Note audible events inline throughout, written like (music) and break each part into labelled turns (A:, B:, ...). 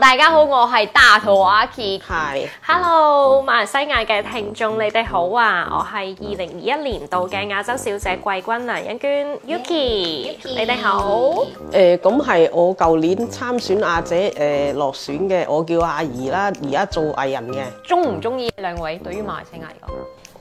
A: 大家好，我係大肚我阿 K。
B: 係
C: 嗯
A: Hello，馬來西亞嘅聽眾，你哋好啊！我係二零二一年度嘅亞洲小姐季軍梁欣娟 Yuki，你哋好。
C: 嗯
B: 誒，咁係、我舊年參選亞姐誒、落選嘅，我叫阿怡啦，而家做藝人嘅，
C: 中唔中意兩位對於馬來西亞嚟講？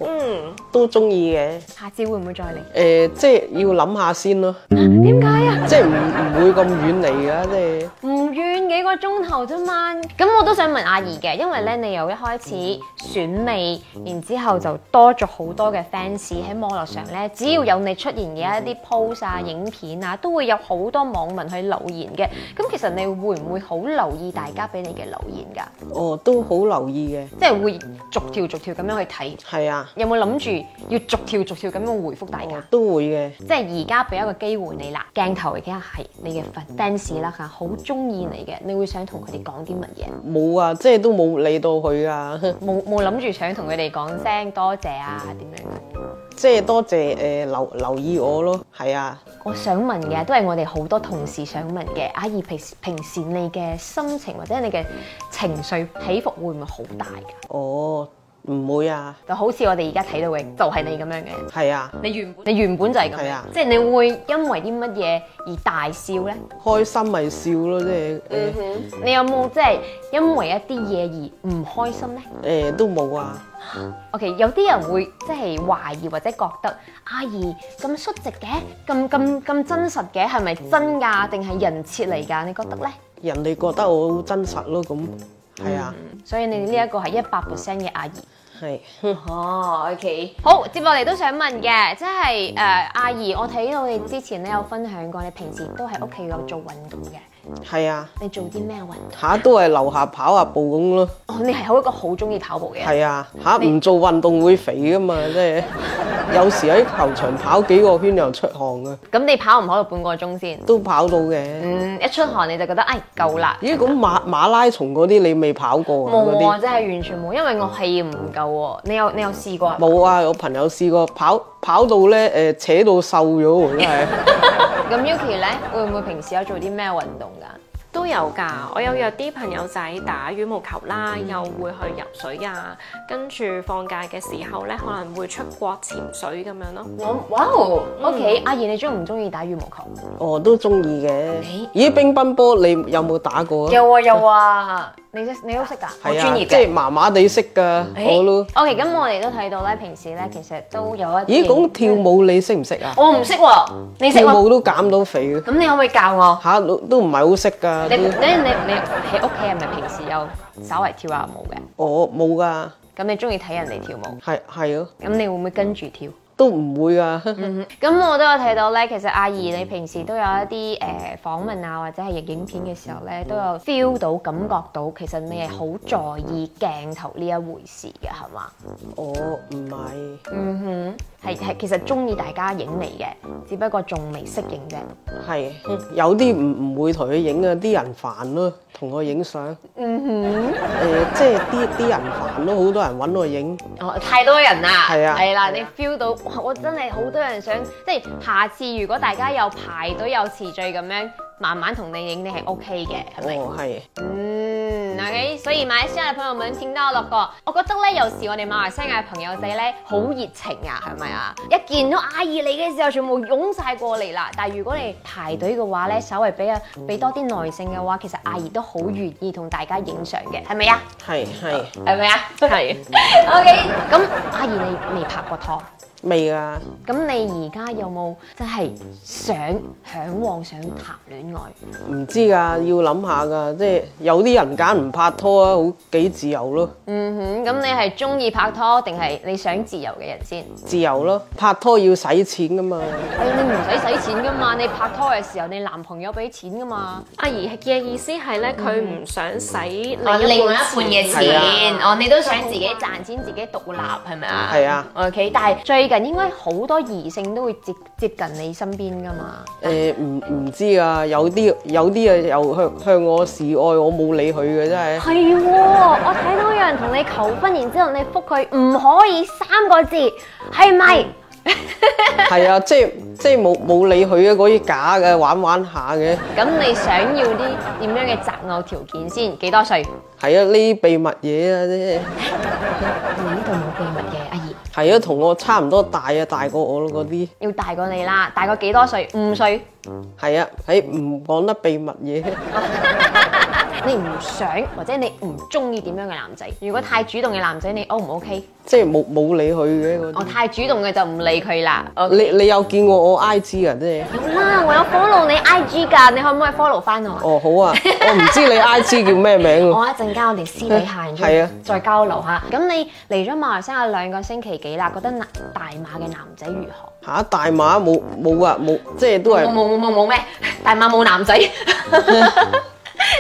A: 嗯，
B: 都中意嘅。誒、
C: 下次會唔會再嚟？
B: 即係要諗下先咯，
C: 點解啊？
B: 即係唔唔會咁遠嚟㗎，即係
C: 唔遠幾個鐘頭啫嘛。咁我都想問阿怡嘅，因為咧你由一開始選美，然之後就多咗好多嘅 fans 喺網絡上咧，只要有你出現嘅一啲 post 啊、影片啊，都會有好多網民去留言嘅。咁其實你會唔會好留意大家俾你嘅留言㗎？
B: 哦，都好留意嘅，
C: 即係會逐條逐條咁樣去睇，
B: 係啊，
C: 有冇諗住要逐條逐條咁樣回覆大家
B: 我？都會嘅。
C: 即係而家俾一個機會你啦，鏡頭而家係你嘅 fans 啦嚇，好中意你嘅，你會想同佢哋講啲乜嘢？
B: 冇啊，即係都冇理到佢啊， (laughs)
C: 冇冇諗住想同佢哋講聲多謝啊點樣？
B: 即係多謝誒、留留意我咯，係啊，
C: 我想問嘅都係我哋好多同事想問嘅，阿怡平時平時你嘅心情或者你嘅情緒起伏會唔會好大㗎？
B: 哦，唔會啊，
C: 就好似我哋而家睇到嘅就係你咁樣嘅，
B: 係啊，
C: 你原本你原本就係咁
B: 係
C: 樣
B: 啊，
C: 即係你會因為啲乜嘢而大笑呢？
B: 開心咪笑咯，即係誒、
C: 你有冇即係因為一啲嘢而唔開心呢？
B: 誒都冇啊。
C: OK，有啲人會即係懷疑或者覺得阿姨咁率直嘅，咁咁咁真實嘅，係咪真㗎？定係人設嚟㗎？你覺得呢？
B: 人哋覺得我好真實咯，咁
C: 嗯
B: 係啊，
C: 所以你呢一個係一百 percent 嘅阿姨。
B: 係
C: 哦，OK。好，接落嚟都想問嘅，即係誒、呃阿姨，我睇到你之前咧有分享過，你平時都喺屋企有做運動嘅，
B: 係啊，
C: 你做啲咩運動？
B: 下都係樓下跑下步咁咯，
C: 哦，你係好一個好中意跑步嘅人。
B: 係啊，下唔做運動會肥噶嘛，即係有時喺球場跑幾個圈又出汗噶，
C: 咁你跑唔跑到半個鐘先？
B: 都跑到嘅。
C: 嗯，一出汗你就覺得，哎，夠啦。
B: 咦，咁馬馬拉松嗰啲你未跑過啊？嗰
C: 冇啊，
B: 啲
C: 真係完全冇，因為我氣唔夠喎。你有你有試過啊？
B: 嗯冇啊！我朋友試過跑跑到咧誒、扯到瘦咗喎，真
C: (laughs)
B: 係
C: 咁 Yuki 咧，會唔會平時有做啲咩運動㗎？
A: 都有㗎，我有約啲朋友仔打羽毛球啦，又會去游水啊，跟住放假嘅時候呢，可能會出國潛水咁樣咯。
C: 我哇哦，OK，阿怡你中唔中意打羽毛球？
B: 我哦都中意嘅。咦，乒乓波你有冇打過啊？
C: 有啊有啊，你識你都識㗎，好
B: 係
C: 專
B: 啊，
C: 業
B: 即
C: 嘅
B: 係。麻麻地識㗎，我都。
C: OK，咁我哋都睇到咧，平時咧其實都有一啲
B: 咦，咁跳舞你識唔識啊？
C: 我唔識喎，你識
B: 跳
C: 喎？
B: 舞都減到肥嘅，
C: 咁你可唔可以教我？
B: 嚇都都唔係好識㗎。
C: 你你你
B: 都
C: 你喺屋企係咪平時有稍微跳下舞嘅？
B: 我冇㗎，
C: 咁你中意睇人哋跳舞，
B: 係係咯，
C: 咁你會唔會跟住跳？
B: 都唔會㗎。
C: 咁我都有睇到咧，其實阿
B: 嗯
C: 怡你平時都有一啲誒、呃、訪問啊，或者係影影片嘅時候咧，都有 feel 到感覺到，其實你係好在意鏡頭呢一回事嘅，係嘛？
B: 我唔係，
C: 嗯哼，係係其實中意大家影你嘅，只不過仲未適應啫。
B: 係有啲唔唔會同佢影啊，啲人煩咯，同我影相。誒、即係啲啲人煩咯，好多人揾我影。
C: 哦，太多人啦，
B: 係啊
C: 係啦，你 feel 到哇我真係好多人想，即係下次如果大家有排隊有次序咁樣，慢慢同你影，你係 OK 嘅，係咪？
B: 哦，係，
C: 嗯，OK，所以馬來西亞嘅朋友們聽到我落個，我覺得咧有時我哋馬來西亞嘅朋友仔咧好熱情啊，係咪啊？一見到阿姨你嘅時候，全部湧晒過嚟啦。但係如果你排隊嘅話咧，稍微俾啊俾多啲耐性嘅話，其實阿姨都好願意同大家影相嘅，係咪啊？
B: 係係，
C: 係咪啊
A: 係。
C: (laughs) ？OK，咁阿姨你未拍過拖，
B: 未㗎，
C: 咁你而家有冇真係想嚮往想談戀愛？
B: 唔知㗎，要諗下㗎。即係有啲人揀唔拍拖啊，好幾自由咯，
C: 嗯哼，咁你係中意拍拖定係你想自由嘅人先？
B: 自由咯。拍拖要使錢㗎嘛，
C: 係你唔使使錢噶嘛，你拍拖嘅時候你男朋友俾錢噶嘛。
A: 阿姨嘅意思係呢，佢唔想使
C: 哦，另外一半嘅
A: 嘅
B: 係
C: 錢，哦，你都想自己賺錢，自己獨立係咪啊？
B: 係啊。
C: OK，但係最近應該好多異性都會接接近你身邊噶嘛。
B: 誒唔唔知啊，有啲有啲啊又向向我示愛，我冇理佢嘅
C: (laughs)
B: 真係。
C: 係喎，我睇到有人同你求婚，然之後你覆佢唔可以三個字，係咪？嗯
B: 係啊，即係即係冇冇理佢嘅嗰啲假嘅玩玩下嘅。
C: (laughs) 咁你想要啲點樣嘅擇偶條件先？幾多歲？
B: 係啊，呢啲秘密嘢啊，即係
C: 我呢度冇秘密嘅，阿姨
B: 係啊，同我差唔多大啊，大過我咯嗰啲。
C: 要大過你啦，大過幾多歲？五歲。
B: 係啊，喺唔講得秘密嘢。
C: 你唔想或者你唔中意點樣嘅男仔？如果太主動嘅男仔，你 O 唔 OK？
B: 即係冇冇理佢嘅嗰
C: 我
B: 啲。
C: 太主動嘅就唔理佢啦。
B: 你你有見過我 I G 啊？即係
C: 有啦，我有 follow 你 IG 㗎，你可唔可以 follow 翻我啊？
B: 哦好啊，我唔知你 I G 叫咩名啊喎。
C: 我一陣間我哋私底下
B: 係啊
C: 再交流下。咁你嚟咗馬來西亞兩個星期幾啦？覺得男大馬嘅男仔如何？
B: 嚇、大馬冇冇啊冇，即係都
C: 冇
B: 係
C: 冇冇冇冇咩？大馬冇 (laughs) 男仔。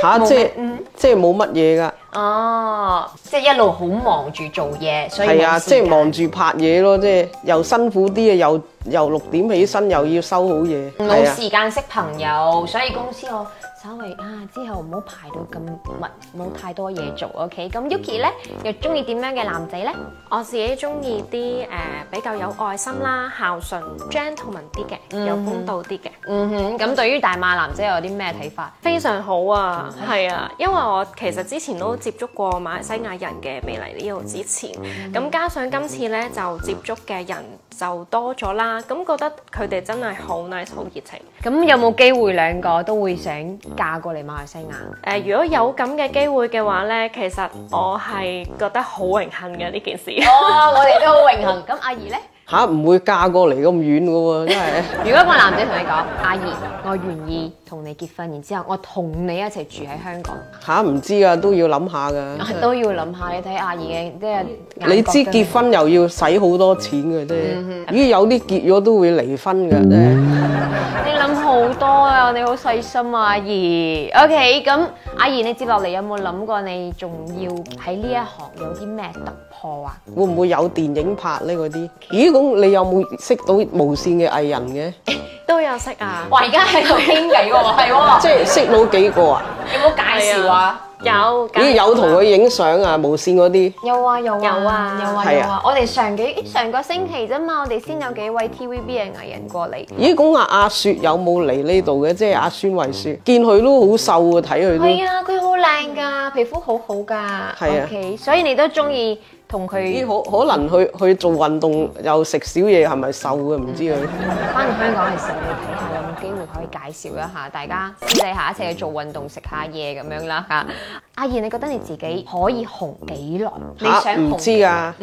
B: 嚇、即係即係冇乜嘢㗎。
C: 哦，即係一路好忙住做嘢，所以
B: 係啊，
C: 冇時
B: 即
C: 間
B: 係忙住拍嘢咯，即係又辛苦啲啊，又又六點起身，又要收好嘢。
C: 嗯冇
B: 係啊，
C: 時間識朋友，所以公司我稍微啊之後唔好排到咁密，冇太多嘢做。OK，咁 Yuki 咧又中意點樣嘅男仔咧？
A: 我自己中意啲誒呃比較有愛心啦、孝順、gentleman 啲嘅，有公道啲嘅，
C: 嗯哼，咁對於大馬男仔有啲咩睇法？
A: 非常好啊，係啊，因為我其實之前都接觸過馬來西亞人嘅未嚟呢度之前，咁加上今次呢，就接觸嘅人就多咗啦，咁覺得佢哋真係好 nice、好熱情。
C: 咁有冇機會兩個都會想嫁過嚟馬來西亞？
A: 誒、呃如果有咁嘅機會嘅話呢，其實我係覺得好榮幸嘅呢件事。
C: 哦，我哋都好榮幸。咁阿怡呢？
B: 嚇唔會嫁過嚟咁遠嘅喎，真
C: (laughs)
B: 係。
C: 如果一個男仔同你講，阿怡，我願意同你結婚，然之後我同你一齊住喺香港，
B: 嚇唔知啊，都要諗下㗎。
C: (laughs) 都要諗下你睇阿怡嘅即係
B: 你知
C: 結
B: 結婚又要使好多錢嘅啫，
C: 嗯
B: 咦有啲結咗都會離婚㗎啫。
C: 你諗好多啊！你好細心啊，阿怡。OK，咁阿怡，你接落嚟有冇諗過你仲要喺呢一行有啲咩突破啊？
B: 會唔會有電影拍呢？嗰啲？咦咁你有冇識到無線嘅藝人
C: (laughs)
B: 嘅？
A: (laughs) 都有識啊，
C: 哇！而家喺度傾偈喎，係喎，
B: 即係識到幾個啊？
C: 有冇介紹啊？
A: 有
B: 咦有同佢影相啊？無線嗰啲
C: 有啊有啊
A: 有啊
C: 有啊
B: 係
C: 有
B: 啊
C: 啊！我哋上幾咦上個星期啫嘛，我哋先有幾位 TVB 嘅藝人過嚟。
B: 咦咁啊阿阿雪有冇嚟呢度嘅？即係阿孫慧雪，見佢都好瘦啊，睇
C: 係
B: 佢都。
C: 啊，佢好靚㗎，皮膚好好㗎。
B: 係啊
C: OK，所以你都中意同
B: 咦
C: 佢
B: 可可能去去做運動又食少嘢，係咪瘦嘅？唔知佢。
C: 翻嚟香港嘅時候，你睇下有冇機會可以介紹一下，大家私底下一齊去做運動、食下嘢咁樣啦嚇。阿燕，你覺得你自己可以紅幾耐？你
B: 嚇
C: 想
B: 啊唔
C: 紅
B: 知㗎？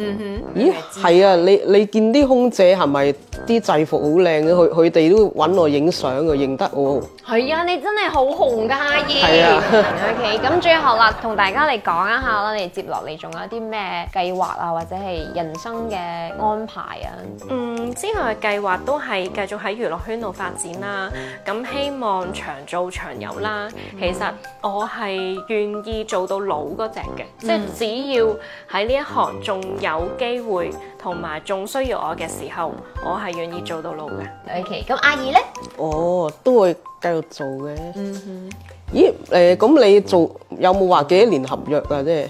B: 咦係啊！你你見啲空姐係咪啲制服好靚嘅？佢佢哋都揾我影相啊，認得我。
C: 係啊，你真係好紅㗎，阿燕。
B: 係啊
C: (laughs) OK，咁最後啦，同大家嚟講一下啦，你接落嚟仲有啲咩計劃啊，或者係人生嘅安排啊？
A: 嗯，之後嘅計劃都係繼續喺娛樂圈度發展啦。咁希望長做長有啦。其實我係願意做到老嗰只嘅，即係只要喺呢一行仲有機會，同埋仲需要我嘅時候，我係願意做到老嘅。
C: OK，咁阿燕呢？
B: 哦，都會繼續做嘅。
C: 嗯
B: 咦誒？咁、你做有冇話幾多年合約啊？即係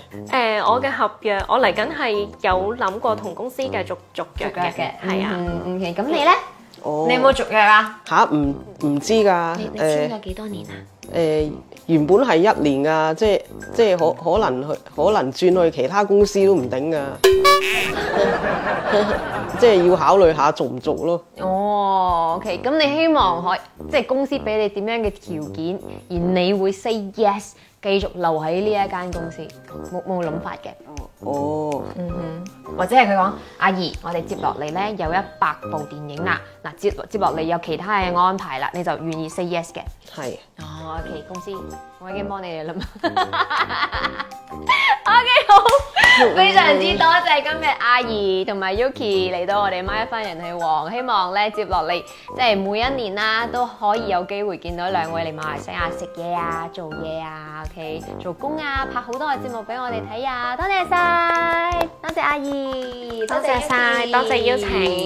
A: 誒、我嘅合約，我嚟緊係有諗過同公司繼續續約嘅，係啊。
C: 嗯 OK，咁你呢？
B: 哦
C: 你有冇續約啊？
B: 吓唔唔知㗎？誒
C: 過幾多年啊？
B: 誒，原本係一年㗎，即係即係可可能去可能轉去其他公司都唔
C: (laughs)
B: 頂㗎。即係要考慮下做唔做咯。
C: 哦，OK，咁你希望可以即係公司俾你點樣嘅條件，而你會 say yes，繼續留喺呢一間公司，冇冇諗法嘅？
B: 哦。
C: 或者係佢講阿姨，我哋接落嚟呢有一百部電影啦，嗱接接落嚟有其他嘅安排啦，你就願意 say yes 嘅。
B: 係，
C: 哦，OK，公 Ờ, 司，我已經幫你哋啦嘛。OK，好，非常之多謝今日阿怡同埋 Yuki 嚟到我哋孖一番人氣王，希望咧接落嚟即係每一年啦，都可以有機會見到兩位嚟馬來西亞食嘢啊、做嘢啊、OK à, 做工啊，拍好多嘅節目俾我哋睇啊！多謝晒，多謝阿怡，
A: 多謝晒
C: Yuki
A: 多謝邀請。